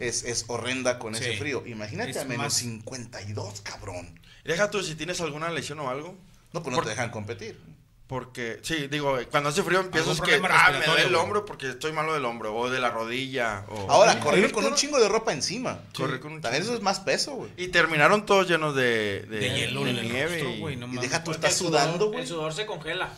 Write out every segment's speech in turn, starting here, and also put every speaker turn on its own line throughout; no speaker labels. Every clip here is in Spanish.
Es, es, horrenda con ese
Sí.
frío. Imagínate
Es
a menos
más-
52, cabrón.
Deja tú si tienes alguna lesión o algo.
No, pues no
Por-
te dejan competir.
Porque, sí, digo, eh, cuando hace frío empiezas que
problema
ah, me
respiratorio,
duele el
güey.
hombro porque estoy malo del hombro o de la rodilla. O...
Ahora,
Sí,
correr
correcto,
con un
¿no?
chingo de ropa encima.
Correr con un
También eso
chingo.
es más peso, güey.
Y terminaron todos llenos de, de,
de hielo
de
en el
nieve.
rostro,
y-
güey, no
y
mames.
deja tú,
Porque
estás
el sudor-
sudando, güey.
El sudor se congela.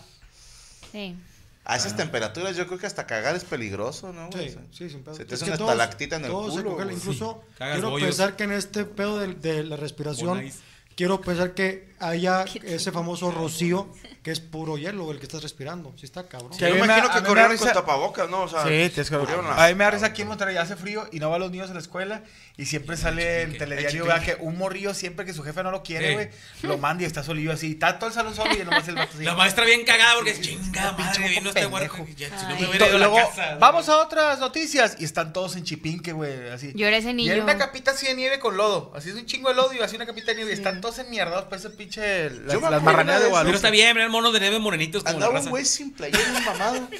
Sí.
A esas temperaturas yo creo que hasta cagar es peligroso, ¿no? güey?
Sí, sí, sin pedo.
Se te
Es
hace
que
una
todos-
estalactita en el
todos se
culo.
congelan.
güey.
Incluso
Cagas
quiero
bollos.
pensar que en este pedo de, de la respiración,
Bonais.
quiero pensar que haya ese famoso rocío que es puro hielo el que estás respirando. Sí está cabrón.
Que
a
yo
mí me-
imagino
a
que
mí me
corrieron
da
con
risa-
tapabocas, ¿no? O sea,
Sí, tienes que
corrieron las-
A mí me da risa aquí en Monterrey hace frío y no van los niños a la escuela y siempre sale en telediario, vea que un morrillo siempre que su jefe no lo quiere,
Sí.
güey, lo manda y está solillo así, está todo el salón solo y nomás el vato así.
La maestra bien cagada porque chingada
pinche
madre, vino este
pendejo.
huerco. Ya, Si no me
Y
hubiera ido a la
luego,
casa.
vamos a otras noticias y están todos en chipinque, güey, así.
Yo era ese
Y era
niño.
una capita así de nieve con lodo, así es un chingo de lodo y así una capita de nieve y están todos enmierdados pues ese pinche las,
Yo me acuerdo
las marraneas de
una vez-
Pero
Guadalupe.
está bien, eran monos de nieve morenitos como la
Andaba un
raza.
güey sin playera, un mamado.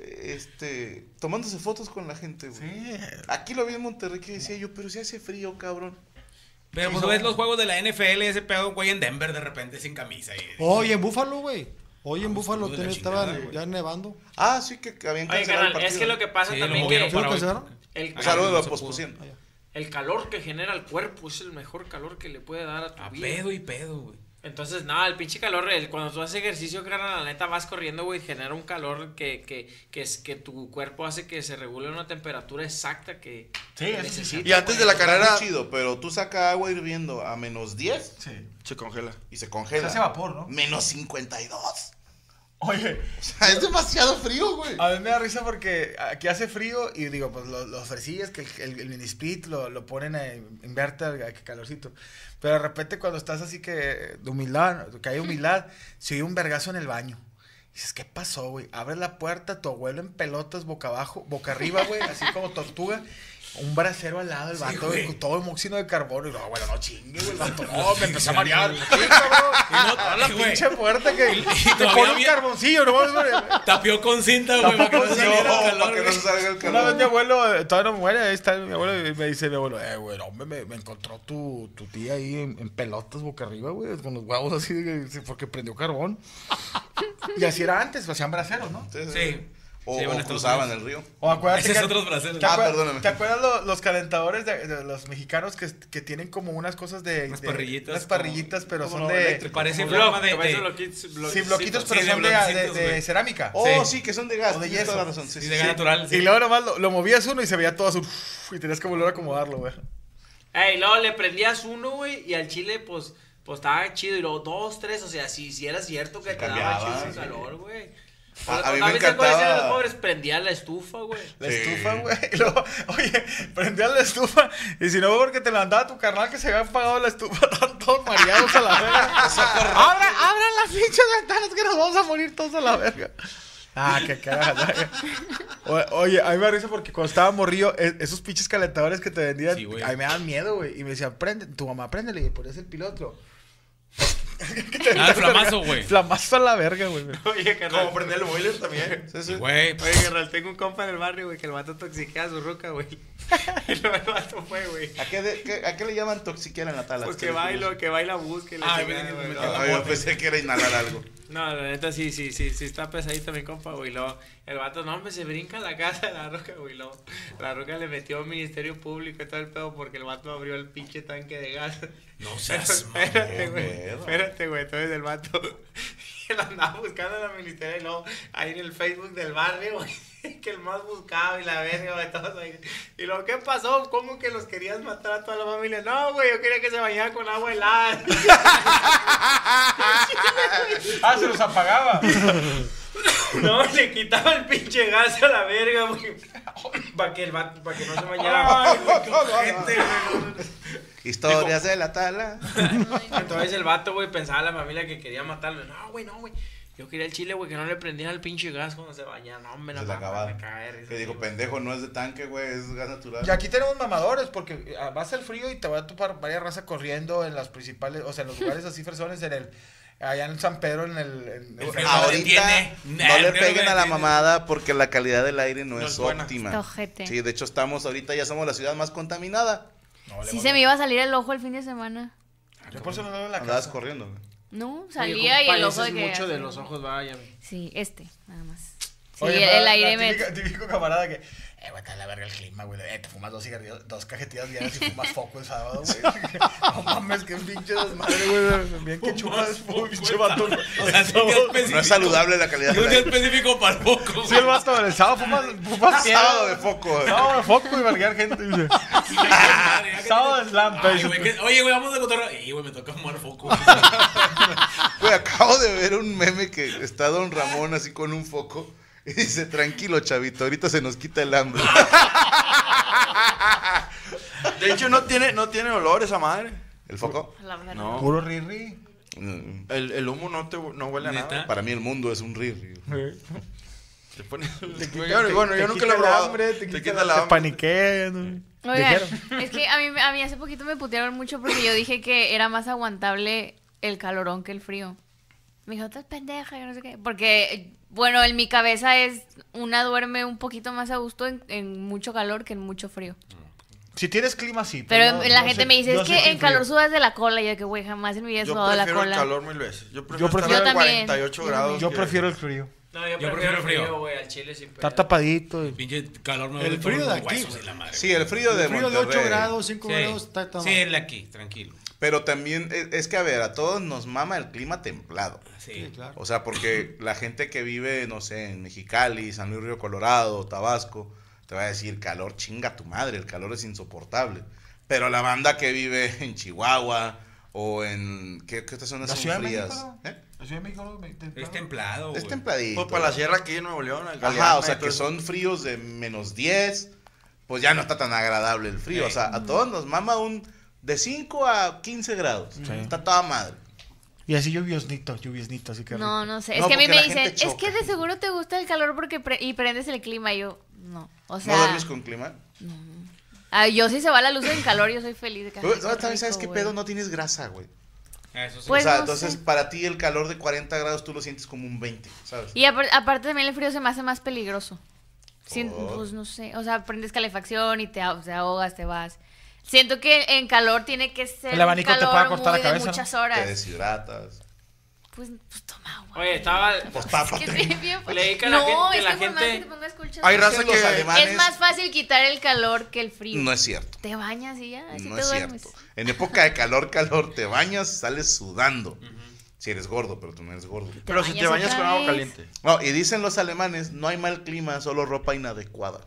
Este, tomándose fotos con la gente, güey. Aquí lo vi en Monterrey que decía yo, pero si hace frío, cabrón.
Pero pues ves los juegos de la NFL, ese pedo, güey, en Denver de repente sin camisa. y-
Hoy en Búfalo, güey. Hoy en Búfalo
Ah, estuvo de la
tenía- estaba
chingada, güey.
ya nevando.
Ah, sí, que, que habían
Oye,
cancelado el
carnal,
partido.
es que lo que pasa
Sí, lo
también
movieron
que
¿Sí lo
para hoy.
cancelaron?
el,
O sea, lo de
calor,
la posposición.
el calor que genera el cuerpo es el mejor calor que le puede dar a tu
A
vida.
pedo y pedo, güey.
Entonces, nada, el pinche calor, el- cuando tú haces ejercicio, carnal, la neta vas corriendo, güey, genera un calor que, que, que es que tu cuerpo hace que se regule a una temperatura exacta que,
Sí,
que
eso sí.
necesita.
Y antes de la
La carrera
carrera
pues, chido, pero tú saca agua hirviendo a menos 10
Sí.
se congela.
y se congela.
Se hace vapor, ¿no?
Menos 52.
Oye,
O sea, es demasiado frío, güey.
A mí me da risa porque aquí hace frío y digo, pues los, los fresillas que el, el, el mini split lo, lo ponen a inverte a que calorcito. Pero de repente cuando estás así que de humildad, que hay humildad, se oye un vergazo en el baño. Dices, ¿qué pasó, güey? Abres la puerta, tu abuelo en pelotas, boca abajo, boca arriba, güey, así como tortuga. Un bracero al lado, el vato,
güey.
con todo el moxino de carbono. Y no, bueno, no chingue, güey, el vato, no, me empezó a marear. Sí, cabrón.
Y no,
la
güey.
pinche puerta que,
Y- y
que
todavía
pone un
bien-
carboncillo, no
Tapió con cinta, güey, para que no
Tapió con
saliera el
cinta,
calor,
para que no
güey.
salga el
Una vez mi
calor.
abuelo, eh, todavía no muere, ahí está mi abuelo, y me dice mi abuelo, eh, güey, hombre, me, me encontró tu, tu tía ahí en, en pelotas boca arriba, güey, con los huevos así, de- de- porque prendió carbón. y así era antes, lo hacían braceros, ¿no?
Sí.
O,
Sí,
o
bueno,
cruzaban
Estados
el río.
O acuérdate
Ese es
que-
otro bracero.
¿Te
Ah,
acuer-
perdóname.
¿Te acuerdas lo- los calentadores de, de los mexicanos que, que tienen como unas cosas de.
Unas
de-
parrillitas
Unas parrillitas,
como-
pero
como
son de.
eléctricas. Parece
como-
broma
Block,
de-
que parece
de-
bloquitos,
Sí, bloquitos,
sí,
pero
de
son de, de,
bloquitos,
de
güey.
cerámica.
Oh, sí, que son de gas.
Ah, O de
tienes toda
yeso.
la razón. Sí,
Y
sí,
de
sí.
natural. sí.
Y luego nomás lo, lo movías uno y se veía todo azul. Y tenías que volver a acomodarlo, güey.
Ey, luego le prendías uno, güey, y al chile, pues, pues estaba chido. Y luego dos, tres, o sea, si, si era cierto que te daba
cambiaba,
chido el
sí.
calor, güey.
A- a
A,
mí
mí
me
me encantaba.
encantaba-
los pobres prendían la estufa, güey.
La
Sí.
estufa, güey. Y luego, oye, prendía la estufa. Y si no, fue porque te la andaba tu carnal que se había apagado la estufa, estaban todos mareados a la verga. abran, abran las pinches ventanas que nos vamos a morir todos a la verga. Ah, qué cagada. O- Oye, a mí me da risa porque cuando estaba morrillo, e- esos pinches calentadores que te vendían,
Sí, güey.
a mí me daban miedo, güey. Y me decían, prende, tu mamá, préndele, y ponías el piloto.
Ah, el flamazo, güey.
Flamazo a la verga, güey.
Oye,
Como
carnal.
prender el boiler también.
Güey, pues,
Oye, carnal, tengo un compa en el barrio, güey, que el vato toxiquea a su ruca, güey. Y luego el vato fue, güey.
¿A qué, de- qué- a qué le llaman toxiquera en la tala?
Pues que bailo, que baila busque.
Ah,
Ah,
me- me-
Ah, yo pensé que era inhalar algo.
No, la neta sí, sí, sí, sí está pesadito mi compa, güey. Luego, el vato, no, hombre, se brinca a la casa de la roca, güey. Luego, la roca le metió al Ministerio Público y todo el pedo porque el vato abrió el pinche tanque de gas.
No seas mamón,
Espérate, güey.
güey.
Espérate, güey. Entonces el vato lo andaba buscando en la ministeria y luego ahí en el Facebook del barrio, güey. Que el más buscado y la verga, güey. Todos ahí. Y luego, ¿qué pasó? ¿Cómo que los querías matar a toda la familia? No, güey, yo quería que se bañaran con agua helada.
Ah, se los apagaba.
No, le quitaba el pinche gas a la verga, güey. Para que, el vato- pa' que no se bañara.
Gente,
Historias de la tala.
Entonces el vato, güey, pensaba la familia que quería matarlo. No, güey, no, güey. Yo quería el chile, güey, que no le prendieran el pinche gas cuando se bañara. No, hombre, no
Se la
mames,
acababa.
me cagué de risa,
Que digo,
güey.
pendejo, no es de tanque, güey, es gas natural.
Y aquí tenemos mamadores porque ah, va a ser frío y te va a topar varias razas corriendo en las principales, o sea, en los lugares así fresones, en el, allá en San Pedro, en el... en-
El frío no le
Ahorita
detiene.
no
El
le
frío no le
peguen a la
detiene.
mamada porque la calidad del aire no,
No
es
es buena.
óptima.
Está ojete.
Sí, de hecho estamos ahorita ya somos la ciudad más contaminada.
No, le
Sí
va-
se me iba a salir el ojo el fin de semana.
Yo por eso no veo la
Andabas
casa.
corriendo. güey.
No,
Oye,
salía
¿cómo
y el ojo de
padeces
que...
mucho de los ojos, vaya.
Sí, este, nada más. Sí,
Oye,
el,
pero
el aire
la
me...
típica- Típico camarada que, eh, güey, está de la verga el clima, güey. Eh, te fumas dos cigarrillos, dos cajetillas diarias y fumas foco el sábado, güey. No mames, qué pinche desmadre, güey. Bien que chupas, pinche vato.
o sea, sí, un día específico.
No es saludable la calidad
Y un
del
día
aire.
específico para el foco,
Sí, el
güey.
vato, el sábado fumas, fumas
Sábado de foco. güey.
Sábado de foco y verguear gente. dice. Sábado de slam,
Ay,
pues.
güey, que- Oye, güey, vamos de cotorreo. Y, güey, me toca fumar foco. güey.
Güey, acabo de ver un meme que está Don Ramón así con un foco. Y dice, tranquilo, chavito, ahorita se nos quita el hambre.
De hecho, no tiene, no tiene olor esa madre.
¿El foco?
A la verga.
No.
Puro riri.
Mm,
El, el humo no, te, no huele a
¿Neta?
nada.
Para mí el mundo es un rir.
Te pone-
quita-
Yo-
te-
bueno,
te
yo nunca
quita
lo he
el
probado.
hambre,
te,
te
quita,
quita
la
Te
hambre.
paniqué. ¿no?
Oigan,
Dijeron.
es que a mí, a mí hace poquito me putearon mucho porque yo dije que era más aguantable el calorón que el frío. Me dijo, estás pendeja, yo no sé qué. Porque, bueno, en mi cabeza es una duerme un poquito más a gusto en, en mucho calor que en mucho frío.
Si tienes clima, sí.
Pero
pues,
no-
la
no
gente
sé.
me dice,
Yo
es
sé
que en
frío.
calor sudas de la cola. Y yo de que, güey, jamás en mi vida he
Yo
sudado de la
prefiero el
cola.
calor mil veces. Yo prefiero,
prefiero-
estar a
Yo también.
48
Yo
grados.
Yo
que-
prefiero el frío.
No, yo,
Yo
prefiero el frío,
frío,
güey, al chile sin
Está tapadito. y-
Pinche calor me
El
duele todos
frío de
los
aquí,
huesos
güey.
y la madre.
Sí, el frío de
El frío de 8
Monterrey.
grados, 5 grados,
Sí,
está, está
sí,
mal.
el de aquí, tranquilo.
Pero también es, es que, a ver, a todos nos mama el clima templado.
Sí.
O sea, porque la gente que vive, no sé, en Mexicali, San Luis Río Colorado, Tabasco, te va a decir, calor chinga tu madre, el calor es insoportable. Pero la banda que vive en Chihuahua o en... ¿Qué, qué otras zonas
La
son
Ciudad de
frías?
México,
¿Eh?
La Ciudad de México, ¿no? Me- te-
Es templado, güey.
Es templadito.
Pues para la sierra aquí en Nuevo León. en Galeana
Ajá, o
y
sea,
todo
que
eso.
son fríos de menos 10, pues ya no está tan agradable el frío. O
Sí.
sea, a todos nos mama un... De 5 a 15 grados. Está toda madre.
Y así lluviosnito, lluviosnito, así que
No,
rico.
no sé. Es
No,
que a mí
porque
me
la gente
dicen, es
choca".
que de seguro te gusta el calor porque pre- y prendes el clima. Y yo, no. O sea,
¿No duermes con clima?
ah, yo si se va la luz en calor, yo soy feliz. De que,
Pero,
"Ay,
¿sabes- también sabes
rico,
qué
güey".
pedo? No tienes grasa, güey.
Eso sí.
Pues
o sea,
no
entonces
sé.
para ti el calor de 40 grados tú lo sientes como un 20, ¿sabes?
Y apar- aparte también el frío se me hace más peligroso. Sin-
Por.
pues no sé, o sea, prendes calefacción y te, ah- te ahogas, te vas. Siento que en calor tiene que ser
El abanico
un
te
calor
puede cortar la
muy
cabeza,
de
¿no?
muchas
Te
horas.
deshidratas.
Pues, pues toma agua.
Oye, estaba.
Pues
Que
tápate.
sí, bien-
Le dije a la
no,
gente-
es
la
que por más
gente-
que te pongas colchón,
Hay raza
Dicen
que.
los
Ah,
alemanes-
es más fácil quitar el calor que el frío.
No es cierto.
Te bañas y ya, así
No
te
es
duermes.
cierto. En época de calor, calor, te bañas, sales sudando. Si eres gordo, pero tú no eres gordo.
Pero si te bañas con
otra
agua
vez.
caliente.
No, y dicen los alemanes, no hay mal clima, solo ropa inadecuada.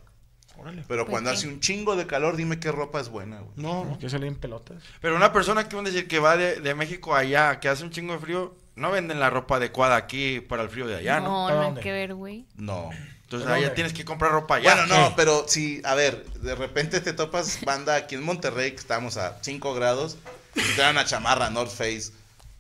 Órale.
Pero
Pues
cuando
sí.
hace un chingo de calor, dime qué ropa es buena, güey.
No,
Yo salí en pelotas.
Pero una persona que van a decir que va de, de México allá, que hace un chingo de frío, no venden la ropa adecuada aquí para el frío de allá, ¿no?
No,
¿Para
no hay
dónde?
que ver, güey.
No.
Entonces
¿Pero
allá
dónde?
tienes que comprar ropa allá.
Bueno, no, pero sí, a ver, de repente te topas banda aquí en Monterrey, que estamos a 5 grados, y te dan una chamarra North Face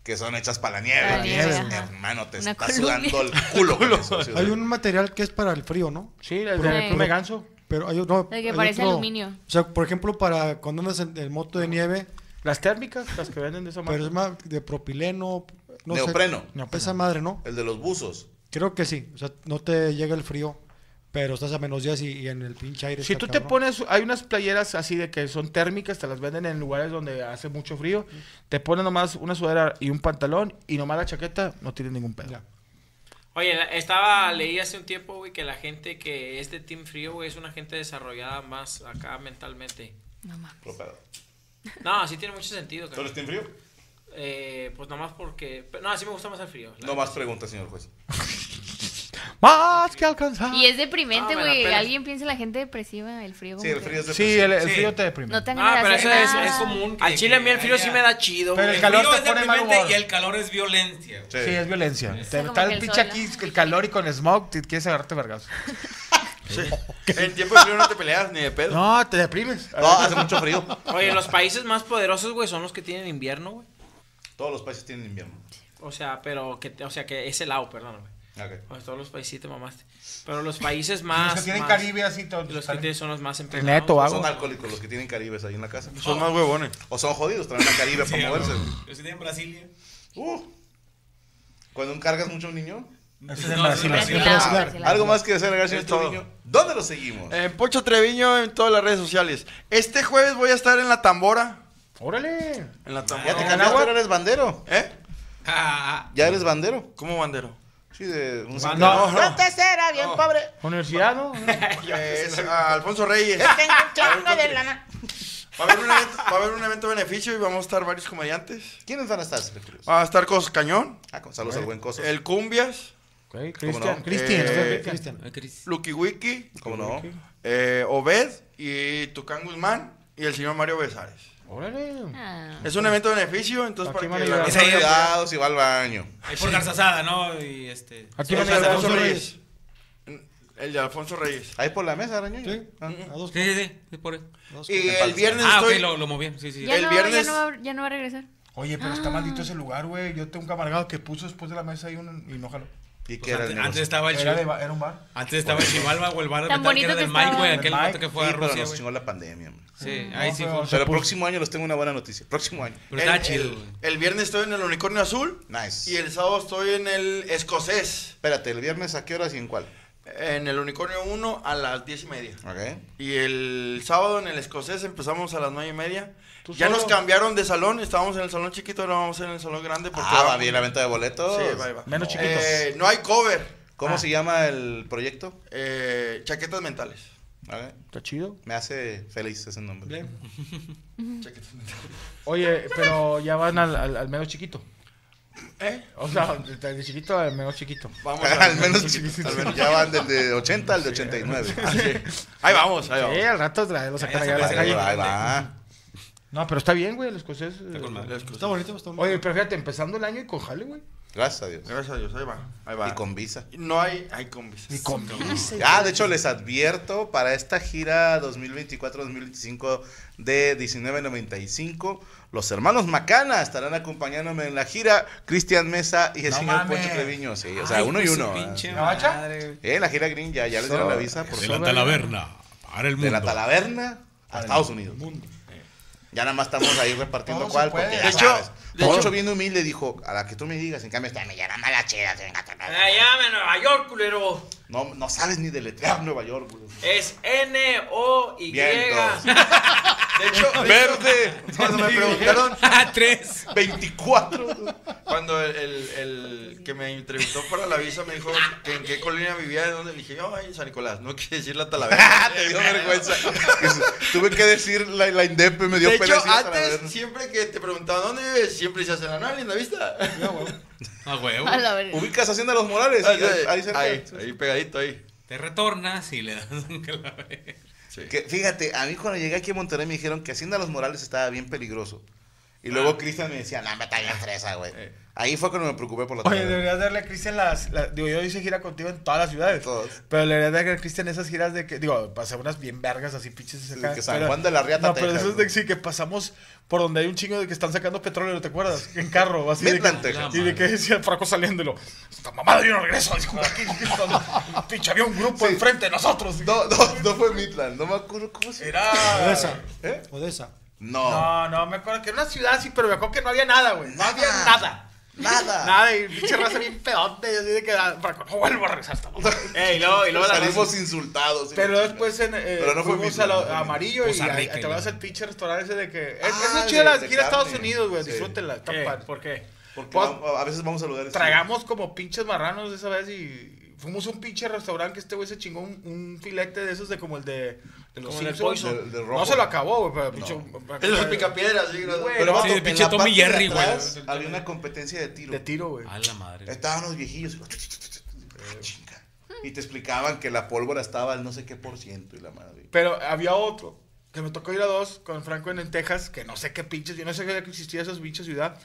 que son hechas para la nieve.
La nieve,
Entonces,
ajá.
hermano, te
Una
está
colonia.
sudando el culo. con eso, sí, o sea.
Hay un material que es para el frío, ¿no?
Sí,
el
de- de plume ganso.
Pero hay otro.
El que
hay
parece
otro-
aluminio.
O sea, por ejemplo, para cuando andas en el moto de nieve.
Las térmicas, las que venden de esa
Pero es más de propileno. No sé.
Neopreno.
Esa madre, ¿no?
El de los buzos.
Creo que sí. O sea, no te llega el frío, pero estás a menos 10 y, y en el pinche aire.
Si
está
tú te
cabrón.
pones, hay unas playeras así de que son térmicas, te las venden en lugares donde hace mucho frío, te ponen nomás una sudadera y un pantalón y nomás la chaqueta, no tiene ningún pedo.
Oye, la- estaba, leí hace un tiempo, güey, que la gente que es de Team Frío, güey, es una gente desarrollada más acá mentalmente.
No mames.
No, sí tiene mucho sentido.
¿Tú eres
carnal.
team
Eh, pues nomás porque... pero No, sí me gusta más el frío. la neta.
No más preguntas, señor juez.
Más que alcanzar.
Y es deprimente,
Ah, me la
güey.
pelas.
Alguien piensa en la gente depresiva, el frío.
Sí,
como
el
que-
frío es Sí, depresivo.
eh,
el- el Sí. frío te deprime.
No te
Ah,
hagan
pero eso es,
nada.
es común. Al chile a mí el frío sí me da chido.
Pero
güey.
el calor
frío
te
es
pone mal
deprimente
humor.
Pues, Y el calor es violencia.
Sí, es violencia. Te
como
está
que
el
el
pinche
sol,
aquí, el calor y con smoke, te quieres agarrarte vergas.
En tiempo de frío no te peleas ni de pedo. Ah,
No, te deprimes.
Oye, los países más poderosos, güey, son los que tienen invierno, güey.
Todos los países tienen invierno.
O sea, pero que, o sea, que es helado, perdón, güey.
Ok.
O sea, todos los países sí te mamaste. Pero los países más.
Los que tienen
Ah, más-
Caribe, así, todos
Los que tienen- son los más empeñados.
Son alcohólicos los que tienen caribes ahí en la casa.
Son más
huevones.
O son jodidos, traen la caribe
Sí,
para moverse.
güey.
güey.
Yo soy de Brasilia.
Uh. Cuando encargas mucho a un niño.
Ese es en Brasilia.
Ah,
En Brasilia.
Algo más que hacer
Es
gracias a
todo. Eh,
un niño. ¿Dónde lo seguimos?
En Pocho Treviño, en todas las redes sociales. Este jueves voy a estar en la Tambora.
Órale.
En la Tambora.
Ah, Ya te cambiaste, ahora eres bandero.
¿Eh?
¿Ya eres bandero?
¿Cómo bandero?
Sí, de un
Banda- No, no.
Antes era bien
No.
pobre.
Universidad, ¿no?
Es a Alfonso Reyes.
Yo tengo un chongo de
Alfonso.
lana.
Va a haber un evento, va a haber un evento beneficio y vamos a estar varios comediantes.
¿Quiénes van a estar?
Va a estar Cos Cañón.
Ah, saludos al buen Cosas.
Ah, El Cumbias.
Cristian, Cristian,
eh,
Cristian.
Lucky Wiki.
¿Cómo no?
Eh, Obed y Tucán Guzmán y el señor Mario Besares.
Órale.
Ah.
Es un evento beneficio, entonces para que
Es ahí cuidado si va al baño.
Ahí por Garzazada, ¿no? Y este.
Aquí van a ir Alfonso Reyes. El de Alfonso Reyes.
Ahí por la mesa, Araño.
Sí,
ah,
Sí, sí, sí. es por ahí.
pues,
Y
En
el
Palma.
viernes
Ah, ok,
estoy.
lo, lo moví. Sí, sí.
Ya no, Ya no, va, ya no va a regresar.
Oye, pero
Ah.
está maldito ese lugar, güey. Yo tengo un camargado que puso después de la mesa ahí un y no jaló.
¿Y
Pues antes, antes estaba el
era, de
Chival-
ba- era un bar.
Antes estaba el Chivalba o el bar de
Tan
metal que era
bonito
del
que
Mike,
estaba.
güey. Aquel
Mike,
vato que fue a
sí, pero
Rusia,
nos
güey.
chingó la pandemia. man.
Sí, ahí sí
Pero,
fue.
el próximo año les tengo una buena noticia. Próximo año.
Pues
El, el- el viernes estoy en el Unicornio Azul.
Nice.
Y el sábado estoy en el Escocés.
Espérate, ¿el viernes a qué horas y en cuál?
En el Unicornio 1 a las 10 y media.
Ok.
Y el sábado en el Escocés empezamos a las 9 y media.
¿Tú
Ya
solo?
nos cambiaron de salón. Estábamos en el salón chiquito, ahora vamos en el salón grande. Porque
Ah, va
vamos-
bien la venta de boletos.
Sí, va, va.
Menos
No.
chiquitos.
Eh, no hay cover.
¿Cómo
Ah.
se llama el proyecto?
Eh, chaquetas mentales.
Ok.
Está chido.
Me hace feliz ese nombre.
Chaquetas mentales.
Oye, pero ya van al, al, al menos chiquito.
¿Eh?
O sea, del del chiquito al menos chiquito.
Vamos
al menos, al menos ya van del de 80 al de 89.
Ahí vamos, ahí
Sí, al rato tra- lo sacan allá a la calle.
Ahí va.
No, pero está bien, güey, el escocés. eh,
con madre.
Está bonito, está bonito. Oye, pero fíjate, empezando el año y con jale, güey.
Gracias a Dios.
Gracias a Dios, ahí va. Ahí va.
Y con visa.
No hay, hay combis.
Y con
Ah, de hecho les advierto para esta gira 2024-2025 de 1995, los hermanos Macana estarán acompañándome en la gira, Cristian Mesa y el
No
señor
mames.
Poncho Treviño, sí, o sea,
Ay,
uno y
pues,
uno.
pinche
¿eh?
¿Gabacha?
Eh, la gira Green ya, ya les dieron la visa por
De la
favor.
Talaverna para el
De la
mundo.
Talaverna a Estados Unidos. Ya nada más estamos ahí repartiendo
Todo se
cuál,
puede.
porque
De
ya
hecho,
sabes.
de
Poncho
hecho-
bien humilde dijo, a la que tú me digas, en cambio está, me llama la chida, venga, te-
Allá en Nueva York, culero.
no, no sabes ni deletrear Nueva York, güey.
Es N-O-Y.
Vientos.
De hecho, verde. Cuando me preguntaron.
Ah, Tres.
24.
Cuando el, el- el que me entrevistó para la visa me dijo que en qué colonia vivía, de dónde. Le dije, yo, ay, en San Nicolás. No quise decir la Talavera.
Ah, Te dio vergüenza. Tuve que decir la, la indepe, me dio
de
pena
hecho,
decir Talavera.
antes, siempre que te preguntaban dónde vives, siempre decías en la Nueva Linda Vista.
A huevo.
A la verga.
Ubicas Hacienda Los Morales.
Ah, sí,
ahí- ahí cerca.
ahí, ahí pegadito, ahí.
Te retornas y le das un calavera.
Sí.
Que, fíjate, a mí cuando llegué aquí a Monterrey me dijeron que Hacienda Los Morales estaba bien peligroso. Y
Ah.
luego Cristian me decía, no, me está bien fresa, güey. Ahí fue cuando me preocupé por la
eh. Oye,
tele.
deberías darle a Cristian las, las- Digo, yo hice gira contigo en todas las ciudades. Pero le deberías darle a Cristian esas giras de que. Digo, pasé unas bien vergas así, pinches. acá,
que San
pero-
Juan de la Riata,
No, pero
Texas,
eso es de sí, que pasamos por donde hay un chingo de que están sacando petróleo, ¿te acuerdas? En carro, así. de que-
Midland, Texas.
Y de que decía el Franco saliéndolo. Esta mamada yo no regreso. Dijo, aquí, aquí, aquí, un pinche había un grupo enfrente de nosotros.
No, no, no fue Midland. No me acuerdo cómo se
Era.
Odessa. ¿Eh?
¿Eh?
¿Eh?
Odessa.
No.
No, no, me acuerdo que era una ciudad así, pero me acuerdo que no había nada, güey. No había
Ah.
nada.
Nada.
Nada, y pinche raza bien pedote. Y así de que, ah, Franco, no vuelvo a regresar hasta Ey, y luego- y luego la
Salimos
raza-
insultados. y
Pero
la
después en, eh,
Pero no fue
fuimos
Midland,
a lo-
no fue
a amarillo y
Costa
a-
Rica,
te
¿no?
vas al pinche restaurante ese de que. Es, es
Ah,
muy
de-
chida la
de
gira a Estados
carne.
Unidos, güey.
Sí.
Disfrútenla. está padre. ¿Por qué?
Porque
Pues,
vamos- a veces vamos a lugares.
Tragamos como pinches marranos esa vez y fuimos a un pinche restaurante que este güey se chingó un, un filete de esos de como el de, de los
Como el del
Simpsons.
Poison. Del- del
no
rojo.
se lo acabó, güey, pero pinche.
Es los picapiedras, sí, ¿no?
Güey,
Pero
no.
vato, en la parte de atrás Había una competencia de tiro. De
tiro, güey.
A la madre. Estaban los viejillos. y los-
Eh.
Ah, chinga. Y te explicaban que la pólvora estaba al no sé qué por ciento y la madre.
Pero había otro que me tocó ir a dos con Franco en, en Texas, que no sé qué pinches, yo no sé que existía esa pinche ciudad.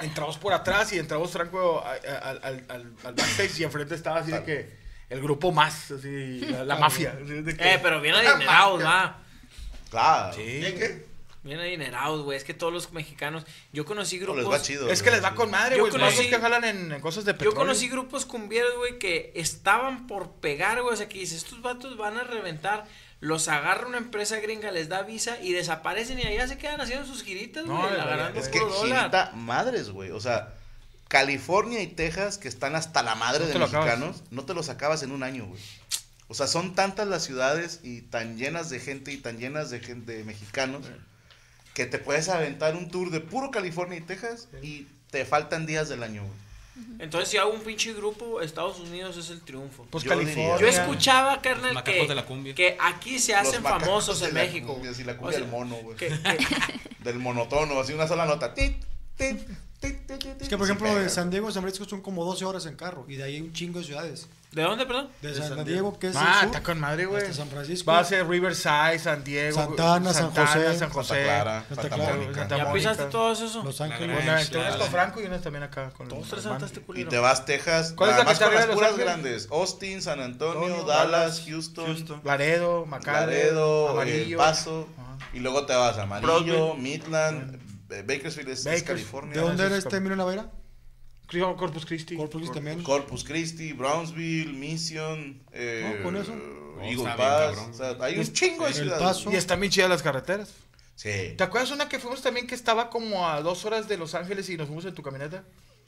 Entramos por atrás y entramos Franco a- a- al, al, al- al backstage y enfrente estaba así de que el grupo más, así, la, la mafia. así de que-
Eh, pero bien adinerados,
La
va.
Claro.
¿Bien qué?
Bien adinerados, güey. Es que todos los mexicanos. Yo conocí grupos.
Es que les va con madre,
Yo
güey. Más los
conocí-
que jalan en, en cosas de petróleo.
Yo conocí grupos cumbieros, güey, que estaban por pegar, güey. O sea, que dices, estos vatos van a reventar. Los agarra una empresa gringa, les da visa y desaparecen y allá se quedan haciendo sus giritas, güey. agarrando
es que
puro dólar.
girita madres, güey. O sea, California y Texas, que están hasta la madre
No
de
te lo acabas.
mexicanos, no te los acabas en un año, güey. O sea, son tantas las ciudades y tan llenas de gente y tan llenas de gente de mexicanos que te puedes aventar un tour de puro California y Texas y te faltan días del año, güey.
Entonces, si hago un pinche grupo, Estados Unidos es el triunfo.
Pues Yo California. diría.
Yo escuchaba, carnal,
Los macacos
que,
de la cumbia.
que aquí se
Los
hacen
macacos
famosos
de
en
la
México.
cumbia, así la
O
cumbia
sea,
del mono, güey.
que-
Del monotono, así una sola nota. Tit, tit, tit, tit, tit,
Es que, por
y se
ejemplo,
pega.
de San Diego a San Francisco son como 12 horas en carro. Y de ahí hay un chingo de ciudades.
¿De dónde, perdón?
De San, Diego, que es el
Ah,
sur,
está con madre, güey.
hasta San Francisco.
Va a ser Riverside, San Diego.
Santana, San José,
San José.
Santa Clara, Santa Clara.
Santa
¿Ya
Mónica.
pisaste todos esos? Los
Ángeles.
Bueno,
La Grange,
entonces
la
con
Grange.
Franco y unas también acá. Con
Todos tres
hermanos.
saltaste,
Y
culero. Eh,
te vas Texas,
¿Cuál es la
nada más con
capital
las
de Los
puras
Ángeles?
grandes. Austin, San Antonio,
Antonio,
Dallas,
Dallas,
Houston,
Laredo, Macal.
Laredo, eh,
Amarillo.
El Paso. Y luego te vas a Amarillo, Midland, eh, Bakersfield es, es
Bakersfield.
California.
¿De dónde eres, este Emilio Navera?
Corpus Christi.
Corpus Christi también.
Corpus Christi, Brownsville, Mission, eh,
No, con eso.
Eagle
Está bien,
Pass.
cabrón.
o sea, hay un chingo de
El
ciudades.
Paso.
güey.
Y están bien chidas las carreteras.
Sí.
¿Te acuerdas una que fuimos también que estaba como a dos horas de Los Ángeles y nos fuimos en tu camioneta?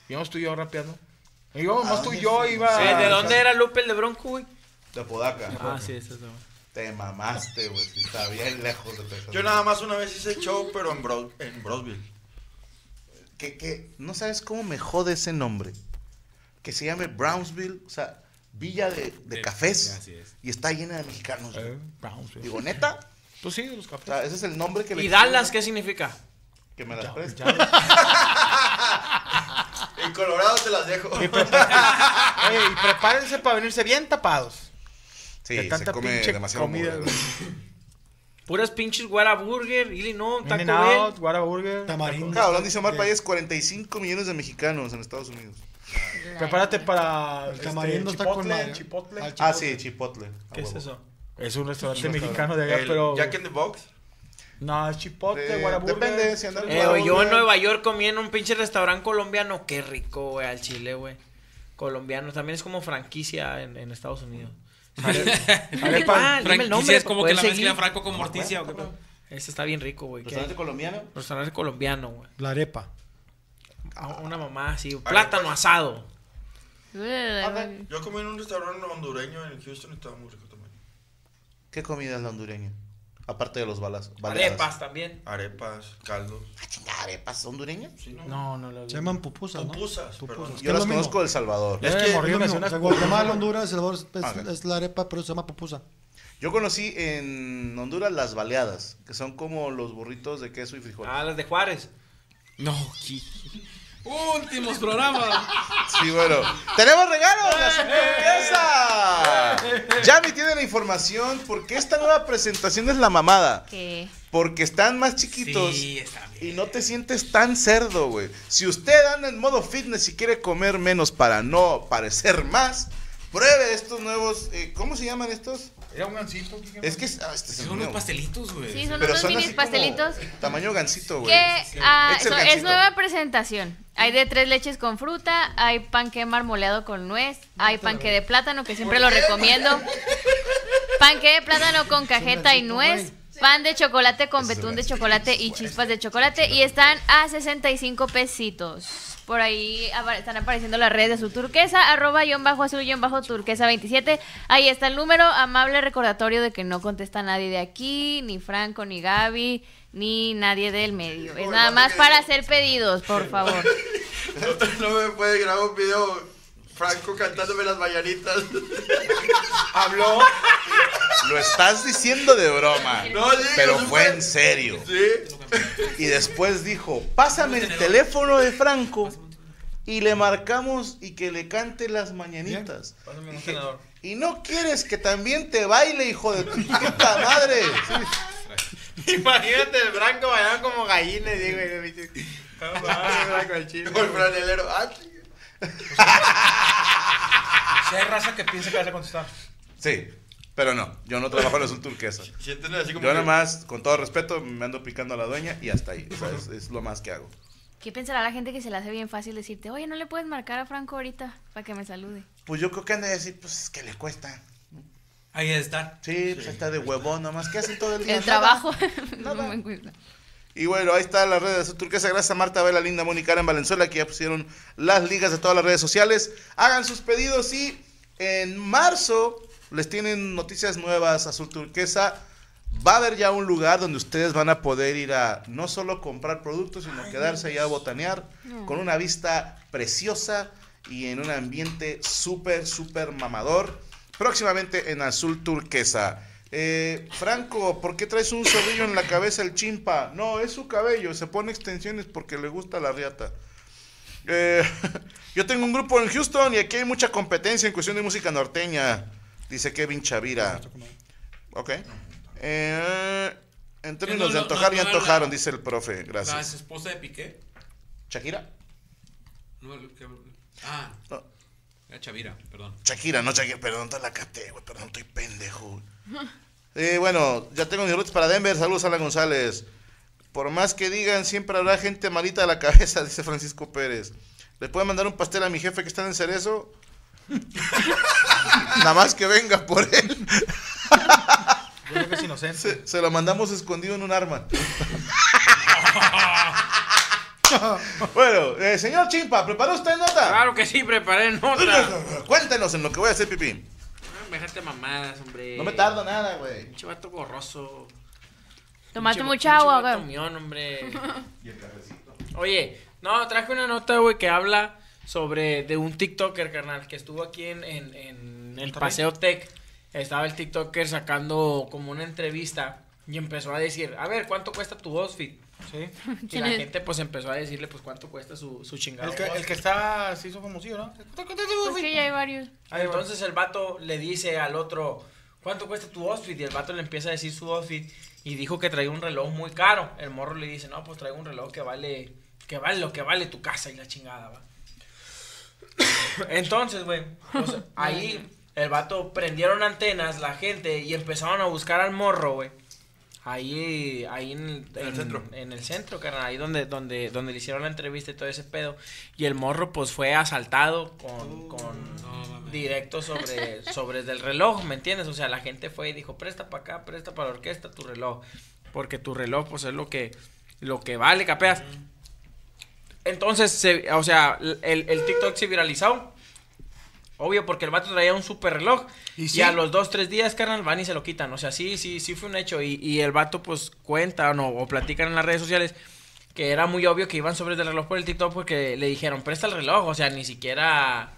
Íbamos tú y yo rapeando. Íbamos
¿A
más tú
dónde
y yo,
fuimos?
iba.
Eh, ¿De dónde era Lupe el de Bronco, güey?
De Apodaca.
Ah, sí, eso es todo.
Te mamaste, güey. sí, Está bien lejos de Texas.
Yo nada más una vez hice show, pero en, Bro en Brosville.
que, que no sabes cómo me jode ese nombre. Que se llame Brownsville, o sea, villa de, de cafés.
así es.
Y está llena de mexicanos. Eh, güey.
Eh.
Digo, neta.
Pues sí, de los cafés.
O sea, ese es el nombre que le
¿Y Dallas qué significa?
Que me las prestes.
En Colorado te las dejo.
Y prepárense, oye, y prepárense para venirse bien tapados.
Sí,
de tanta
se come
pinche
demasiado
comida.
hamburguesa.
Puras pinches Guaraburger, Illinois, Taco Bell.
In-N-Out, Whataburger.
Claro, hablando dice Omar Payes, 45 millones de mexicanos en Estados Unidos.
Prepárate para. El
tamarindo está con madre.
Chipotle.
Al
Ah, sí, Chipotle. a huevo. Eh,
Es un restaurante
Chipotle.
mexicano de allá,
El
pero.
Jack
in the Box?
No, es Chipotle,
Eh,
Whataburger.
depende, si andan-
Eh, güey, yo en Nueva York comí en un pinche restaurante colombiano. Qué rico, güey, al chile, güey. Colombiano. También es como franquicia en, en Estados Unidos.
Arepa.
Ah, dime el nombre
Franquicia es
para
como que
poder
la mezcla
seguir.
Franco con Morticia. ¿o qué pedo?
Ese está bien rico, güey.
¿Restaurante colombiano?
Restaurante colombiano, güey.
La arepa.
Ah, Una mamá así. Plátano asado.
Yo comí en un restaurante hondureño en Houston y estaba muy rico también.
¿Qué comida es la hondureña? Aparte de los balas.
Arepas también.
Arepas, caldos.
Ah, chingada, arepas hondureñas.
No, no, no.
Se llaman pupusas, ¿no?
Pupusas,
Pues
perdón.
Yo las conozco de El Salvador.
Es que es lo mismo. O sea, Guatemala, Honduras, El Salvador es, es-
Ok.
es la arepa, pero se llama pupusa.
Yo conocí en Honduras las
Ah.
baleadas, que son como los burritos de queso y frijol.
Ah, las de Juárez.
No,
Últimos programas.
Sí, bueno. ¡Tenemos regalos! ¡La sorpresa! Yami tiene la información porque esta nueva presentación es la mamada.
¿Qué?
Porque están más chiquitos
Sí,
y no te sientes tan cerdo, güey. Si usted anda en modo fitness y quiere comer menos para no parecer más, pruebe estos nuevos. eh, ¿Cómo se llaman estos?
Era un gancito.
Es que ah, este es
pues,
Son unos
nuevo.
pastelitos, güey.
Sí, son
Pero
unos
son
minis
así como
pastelitos.
Tamaño gancito, güey.
Que ah,
Es
so-
el
es,
gancito.
nueva presentación. Hay de tres leches con fruta, hay panque marmoleado con nuez, hay panque de plátano que siempre lo recomiendo, panque de plátano con cajeta y nuez, pan de chocolate con betún de chocolate y chispas de chocolate y están a 65 pesitos. Por ahí apa- están apareciendo las redes de su turquesa, arroba guión bajo azul guión bajo turquesa 27. Ahí está el número, amable recordatorio de que no contesta nadie de aquí, ni Franco, ni Gaby, ni nadie del medio. Es nada más para hacer pedidos, por favor.
No me puede grabar un video Franco cantándome las mañanitas.
Habló.
Lo estás diciendo de broma.
No, sí,
pero
no,
fue en serio. Y después dijo, pásame el teléfono de Franco y le marcamos y que le cante las mañanitas.
Pásame un
Dije,
tenedor.
Y no quieres que también te baile, hijo de tu puta madre.
Imagínate el Franco bailando como gallina, digo, y le dice, "Vamos, vamos, Franco, el chile".
Con el franelero. Ah,
Si hay raza que piensa que vas a contestar.
Sí, pero no, yo no trabajo en el azul turquesa.
Siéntenle este así
Yo
como que-
nada más, con todo respeto, me ando picando a la dueña y hasta ahí. O sea, es, es lo más que hago.
¿Qué pensará la gente que se le hace bien fácil decirte, oye, no le puedes marcar a Franco ahorita para que me salude?
Pues yo creo que han de decir, pues es que le cuesta.
Ahí está.
Sí, pues está de huevón, nomás que hacen todo el día.
El
Nada.
trabajo. No me encuentro.
Y bueno, ahí está las redes de Azul Turquesa. Gracias a Marta Vela, Linda Mónica en Valenzuela, que ya pusieron las ligas de todas las redes sociales. Hagan sus pedidos y en marzo les tienen noticias nuevas Azul Turquesa. Va a haber ya un lugar donde ustedes van a poder ir a no solo comprar productos, sino quedarse allá a botanear
No.
con una vista preciosa y en un ambiente súper, súper mamador. Próximamente en Azul Turquesa. Eh, Franco, ¿por qué traes un zorrillo en la cabeza el chimpa? No, es su cabello, se pone extensiones porque le gusta la riata. Eh, yo tengo un grupo en Houston y aquí hay mucha competencia en cuestión de música norteña, dice Kevin Chavira. Ok. Eh, en términos de
No, no,
antojar
no,
y
no, no,
antojaron,
no.
dice el profe.
La
Gracias.
esposa de Piqué.
¿Shakira?
No, el que- ah. Era Chavira, perdón.
Shakira, no Shakira, perdón, te la capté, güey, perdón, estoy pendejo. Eh, bueno, ya tengo mis rutas para Denver. Saludos, Alan González. Por más que digan, siempre habrá gente malita de la cabeza, dice Francisco Pérez. ¿Le puede mandar un pastel a mi jefe que está en Cerezo? Nada más que venga por él. Se, se lo mandamos escondido en un arma. bueno, eh, señor Chimpa, ¿preparó usted nota?
Claro que sí, preparé nota.
Cuéntenos en lo que voy a hacer pipí.
Déjate mamadas, hombre.
No me tardo nada, güey.
Pinche vato gorroso.
Tomaste
Pinche-
mucha
pinche
agua,
vato
güey.
mión, hombre. Oye, no, traje una nota, güey, que habla sobre de un TikToker, carnal, que estuvo aquí en, en- en el
¿Monterrey?
Paseo Tech. Estaba el TikToker sacando como una entrevista y empezó a decir, a ver, ¿cuánto cuesta tu outfit? ¿Sí? Y
¿Quién
la
es?
gente pues empezó a decirle, pues, ¿cuánto cuesta su, su chingada
El que,
outfit?
el que está, se hizo famosillo, ¿no?
Pues que ya hay varios.
Entonces el vato le dice al otro, ¿cuánto cuesta tu outfit? Y el vato le empieza a decir su outfit y dijo que traía un reloj muy caro. El morro le dice, no, pues traigo un reloj que vale, que vale lo que vale tu casa y la chingada, va. Entonces, güey, o sea, ahí el vato prendieron antenas la gente y empezaron a buscar al morro, güey. Ahí, ahí en, en-
el centro.
en el centro, carnal, ahí donde, donde, donde le hicieron la entrevista y todo ese pedo. Y el morro, pues, fue asaltado con, con directo sobre, sobre del reloj, ¿me entiendes? O sea, la gente fue y dijo, presta para acá, presta para la orquesta tu reloj. Porque tu reloj, pues, es lo que, lo que vale, capeas. Entonces, se- o sea, el, el TikTok se viralizó. Obvio, porque el vato traía un super reloj. Y,
sí?
a los dos, tres días, carnal, van y se lo quitan. O sea, sí, sí, sí fue un hecho. Y, y el vato, pues, cuenta o, no, o platican en las redes sociales que era muy obvio que iban sobre el reloj por el TikTok porque le dijeron, presta el reloj. O sea, ni siquiera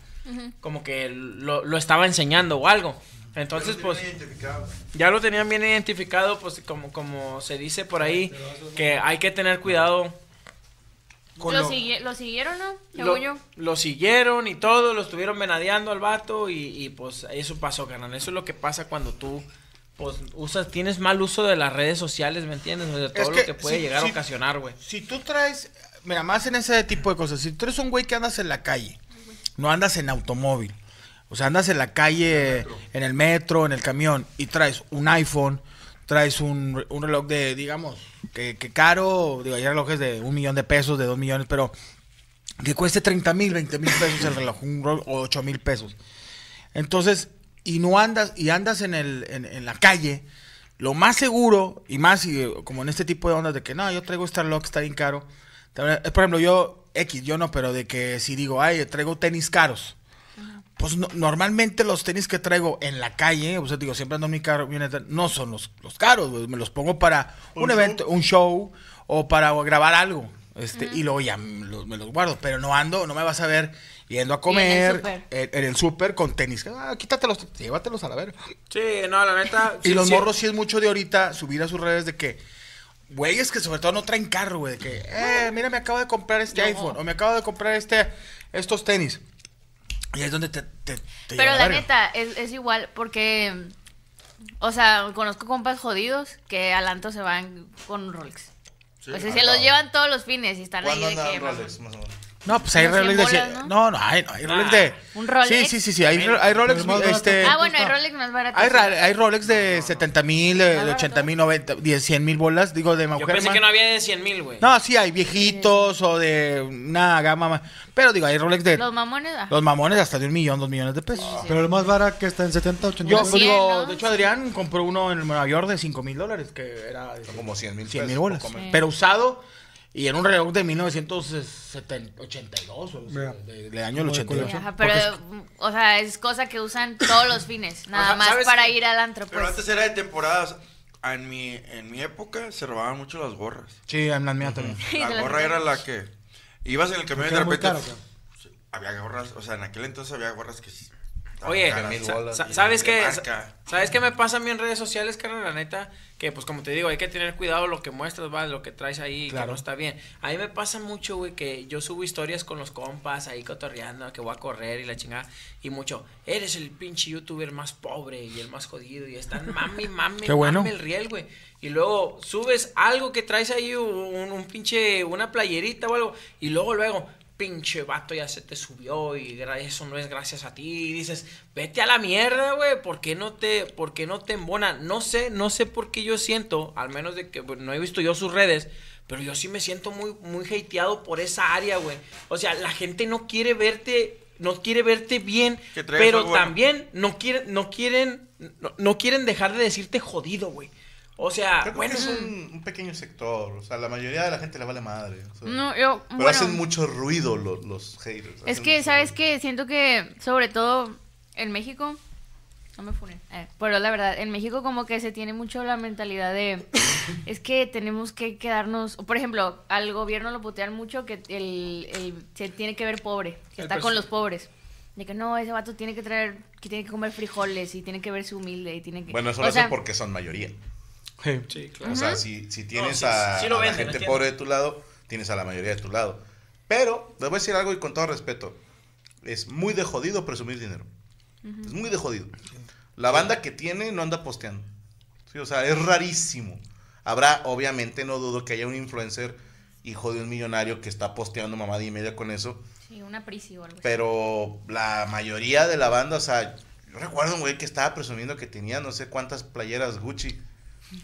como que lo, lo estaba enseñando o algo. Entonces, pues, ya lo tenían bien identificado, pues, como, como se dice por ahí, que hay que tener cuidado
Lo,
con lo-
sigui- lo siguieron, ¿no?
Lo,
Según yo.
lo siguieron y todo, lo estuvieron venadeando al vato y, y, pues eso pasó, carnal. Eso es lo que pasa cuando tú pues usas, tienes mal uso de las redes sociales, ¿me entiendes? O sea, todo lo que puede
si-
llegar a
si-
ocasionar, güey.
Si tú traes, mira, más en ese tipo de cosas, si tú eres un güey que andas en la calle, no andas en automóvil, o sea, andas en la calle, en el metro, en el camión, y traes un iPhone, traes un, un reloj de, digamos, que, que caro, digo, hay relojes de un millón de pesos, de dos millones, pero que cueste 30 mil, 20 mil pesos el reloj, un ro- o 8 mil pesos. Entonces, y no andas, y andas en, el, en, en la calle, lo más seguro, y más y, eh, como en este tipo de ondas de que no, yo traigo este reloj que está bien caro. También, eh, Por ejemplo, yo, X, yo no, pero de que si digo, ay, traigo tenis caros. Pues no- normalmente los tenis que traigo en la calle, o sea, digo, siempre ando en mi carro, camioneta, no son los, los caros, güey, me los pongo para un,
¿Un
evento, un show o para grabar algo. Este, Y luego ya me los, me los guardo, pero no ando, no me vas a ver yendo a comer
súper.
en en el súper con tenis. Ah, quítatelos, llévatelos a la verga.
Sí, no, la neta.
Y los morros sí es mucho de ahorita subir a sus redes de que, güeyes que sobre todo no traen carro, güey, de que, eh, mira, me acabo de comprar este iPhone o me acabo de comprar este, estos tenis. Y ahí es donde te, te, te lleva
Pero la
verga.
neta, es, es igual, porque. O sea, conozco compas jodidos que al antro se van con un Rolex.
Sí.
o sea,
Ah,
se los
cabrón.
llevan todos los fines y están ahí
¿Cuándo
de
andaban
que.
Rolex, más o menos?
No, pues hay
unos cien
Rolex de...
bolas,
cien-
¿no?
No, no, hay, no, hay Rolex de...
Ah.
¿Un Rolex?
Sí, sí, sí, sí, hay, ro- hay Rolex, este...
ah, bueno, hay Rolex más barato.
Hay,
sí.
ra- hay Rolex de 70 mil, de 80 mil, 90, 10, 100 mil bolas, digo, de mujer
Yo pensé
más.
que no había de 100 mil, güey.
No, sí, hay viejitos o de una gama más. Pero digo, hay Rolex de.
Los mamones. ah.
Los mamones hasta de un millón, dos millones de pesos.
Ah. Pero el más barato que está en 70, 80
Yo
pesos.
digo, de hecho Adrián compró uno en Nueva York de 5 mil dólares, que era de
Como 100 mil
100 mil
pesos,
bolas.
poco menos.
Pero usado y en un reloj de 1982, o sea,
Mira.
de- del año del
Como de
82.
colección.
Ajá, pero, o sea, es cosa que usan todos los fines, nada
sea,
más
¿sabes
para
qué?
ir al antro,
Pero
pues.
antes era de temporadas. En mi, en mi época se robaban mucho las gorras.
Sí, en la mía también.
La gorra era la que. Ibas en el camión y de
Porque era muy
repente.
caro,
sí, había gorras. O sea, en aquel entonces había gorras que. sí, estaban
Oye,
caras,
sa-
bolas,
sa-
y
¿sabes
de
qué?
marca.
Sa- ¿Sabes qué me pasa a mí en redes sociales, carnal? La neta, que pues como te digo, hay que tener cuidado lo que muestras, va, lo que traes ahí,
Claro.
que no está bien. A mí me pasa mucho, güey, que yo subo historias con los compas ahí cotorreando, que voy a correr y la chingada, y mucho, eres el pinche youtuber más pobre y el más jodido, y están mami, mami,
Qué bueno.
mami el riel, güey. Y luego subes algo que traes ahí, un, un pinche, una playerita o algo, y luego, luego, pinche vato ya se te subió y gra- eso no es gracias a ti. Y dices, vete a la mierda, güey, ¿por qué no te, por qué no te embona? No sé, no sé por qué yo siento, al menos de que bueno, no he visto yo sus redes, pero yo sí me siento muy, muy hateado por esa área, güey. O sea, la gente no quiere verte, no quiere verte bien,
Que traigas
pero
algo bueno.
también no quieren, no quieren, no, no quieren dejar de decirte jodido, güey. O sea,
Ah,
Yo creo
bueno,
que es un, un pequeño sector. O sea, la mayoría de la gente le vale madre. o sea,
No, yo-
pero
bueno.
hacen mucho ruido los, los haters.
Es
hacen
que,
mucho
¿sabes qué? Siento que, sobre todo en México, no me funen, eh, pero la verdad, en México como que se tiene mucho la mentalidad de, es que tenemos que quedarnos, por ejemplo, al gobierno lo putean mucho que el, el- se tiene que ver pobre, que
El
está con
presidente.
los pobres. De que no, ese vato tiene que traer, que tiene que comer frijoles y tiene que verse humilde y tiene que...
Bueno, eso
o
lo hacen
sea,
porque son mayoría.
Sí,
claro.
O sea,
Ujú.
si, si
No,
tienes
sí,
a,
sí, sí lo
a la
venden,
gente
entiendo.
pobre de tu lado, tienes a la mayoría de tu lado. Pero, les voy a decir algo y con todo respeto. Es muy de jodido presumir dinero. Es muy de jodido. La banda que tiene no anda posteando. Sí, o sea, es rarísimo. Habrá, obviamente, no dudo que haya un influencer, hijo de un millonario, que está posteando mamada y media con eso.
Sí, una prisi o algo así.
Pero la mayoría de la banda, o sea, yo recuerdo un güey que estaba presumiendo que tenía no sé cuántas playeras Gucci.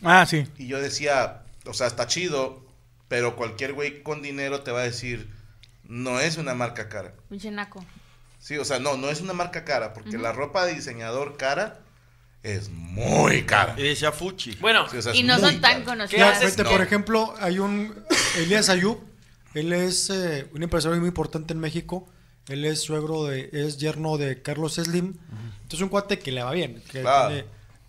Ah, sí.
Y yo decía, o sea, está chido, pero cualquier güey con dinero te va a decir, no es una marca cara.
Un chenaco.
Sí, o sea, no, no es una marca cara, porque
Ujú.
la ropa de diseñador cara es muy cara.
Y decía Fuchi.
Bueno,
y no son tan conocidos.
Ya, vete, por ejemplo, hay un Elías Ayub, él es eh, un empresario muy importante en México. Él es suegro de, es yerno de Carlos Slim. Entonces un cuate que le va bien. que
Claro.
tiene-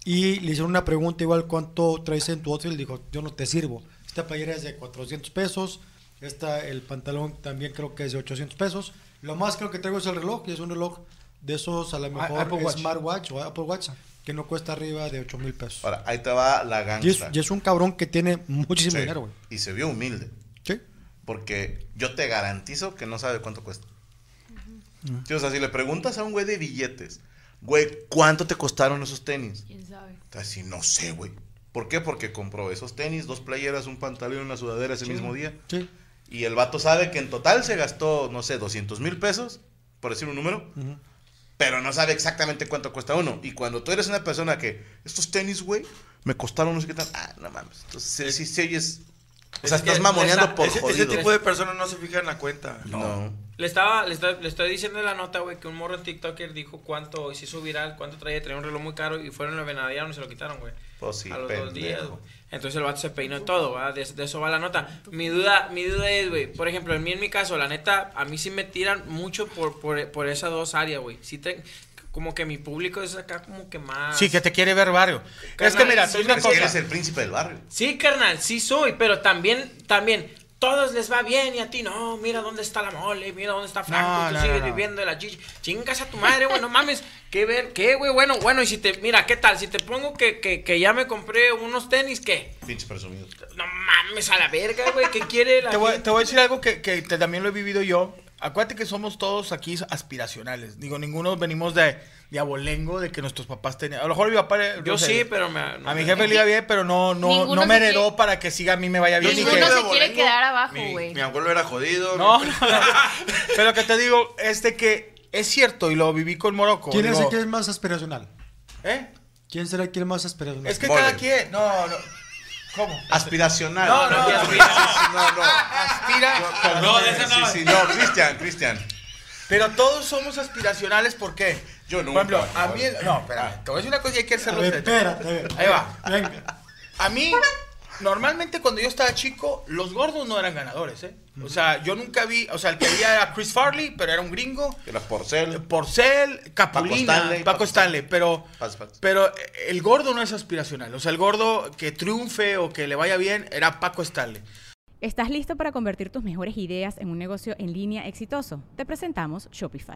y le hicieron una pregunta igual, ¿cuánto traes en tu outfit? Le dijo, yo no te sirvo. Esta playera es de 400 pesos. Esta, el pantalón también creo que es de 800 pesos. Lo más creo que traigo es el reloj, y es un reloj de esos a lo mejor
Ah, Apple Watch.
smartwatch o Apple Watch, que no cuesta arriba de 8 mil pesos.
Ahora, ahí te va la
Y es,
gangsta.
y es un cabrón que tiene muchísimo
Sí.
dinero, güey.
Y se vio humilde.
Sí.
Porque yo te garantizo que no sabe cuánto cuesta. Sí, o sea, si le preguntas a un güey de billetes, güey, ¿cuánto te costaron esos tenis?
¿Quién sabe?
Te va a decir, no sé, güey. ¿Por qué? Porque compró esos tenis, dos playeras, un pantalón y una sudadera ese mismo día.
Sí.
Y el vato sabe que en total se gastó, no sé, 200 mil pesos, por decir un número, pero no sabe exactamente cuánto cuesta uno. Y cuando tú eres una persona que, estos tenis, güey, me costaron no sé qué tal, ah, no mames. Entonces, sí, sí, sí, oyes- O sea,
Es que
estás mamoneando
esa-
por
ese, ese
jodido.
tipo de personas no se fijan en la cuenta.
No.
Le estaba, le estoy, le estoy diciendo en la nota, güey, que un morro TikToker dijo cuánto, y se hizo viral, cuánto traía, traía un reloj muy caro y fueron, lo venadearon y se lo quitaron, güey.
Pues sí,
a los
pendejo.
dos días, güey. Entonces el vato se peinó y todo, ¿verdad? De, de eso va la nota. Mi duda, mi duda es, güey, por ejemplo, en mí, en mi caso, la neta, a mí sí me tiran mucho por, por, por esas dos áreas, güey. Sí te- como que mi público es acá como que más...
Sí, que te quiere ver barrio. es que
Carnal,
mira,
sí,
tú una
porque
cosa.
eres el
príncipe del barrio.
Sí, carnal, sí soy, pero también, también, todos les va bien y a ti no, mira dónde está la mole, mira dónde está Franco,
No,
tú
no,
sigues
no, no.
viviendo de la chicha, chingas a tu madre, güey, no mames, qué ver, qué, güey, bueno, bueno, y si te, mira, ¿qué tal? Si te pongo que, que, que ya me compré unos tenis, ¿qué?
Pinche presumido.
No mames, a la verga, güey, ¿qué quiere la
Te voy,
gente?
te voy a decir algo que, que te- también lo he vivido yo. Acuérdate que somos todos aquí aspiracionales. Digo, ninguno venimos de, de abolengo, de que nuestros papás tenían. A lo mejor mi papá. era-
Yo
no sé,
sí, pero me... no
A mi
me-
jefe le iba bien, pero no, no,
Ninguno
no me
se
heredó para que siga a mí me vaya bien.
Ninguno
y que-
se quiere quedar abajo, güey.
Mi abuelo era jodido.
No, no, no. Pero lo que te digo es de que es cierto y lo viví con Morocco.
¿Quién es
digo,
el que es más aspiracional?
¿Eh?
¿Quién será el que es más aspiracional?
Es que cada quien. No, no. ¿Cómo?
Aspiracional.
No, no, no.
no, no.
Aspira.
No, de esa no. Sí, sí, no, Cristian, Cristian.
Pero todos somos aspiracionales, ¿por qué?
Yo nunca.
Por ejemplo, a mí. el- No, espérame. Te voy a decir una cosa y hay que hacerlo.
ver,
serio.
espérate, a ver.
Ahí va. A mí, normalmente cuando yo estaba chico, los gordos no eran ganadores, ¿eh? O sea, yo nunca vi. O sea, el que había era Chris Farley, pero era un gringo.
Era Porcel.
Eh, Porcel, Capulina, Paco
Stanley,
Stanley, pero, pero eh, el gordo no es aspiracional. O sea, el gordo que triunfe o que le vaya bien era Paco Stanley.
¿Estás listo para convertir tus mejores ideas en un negocio en línea exitoso? Te presentamos Shopify.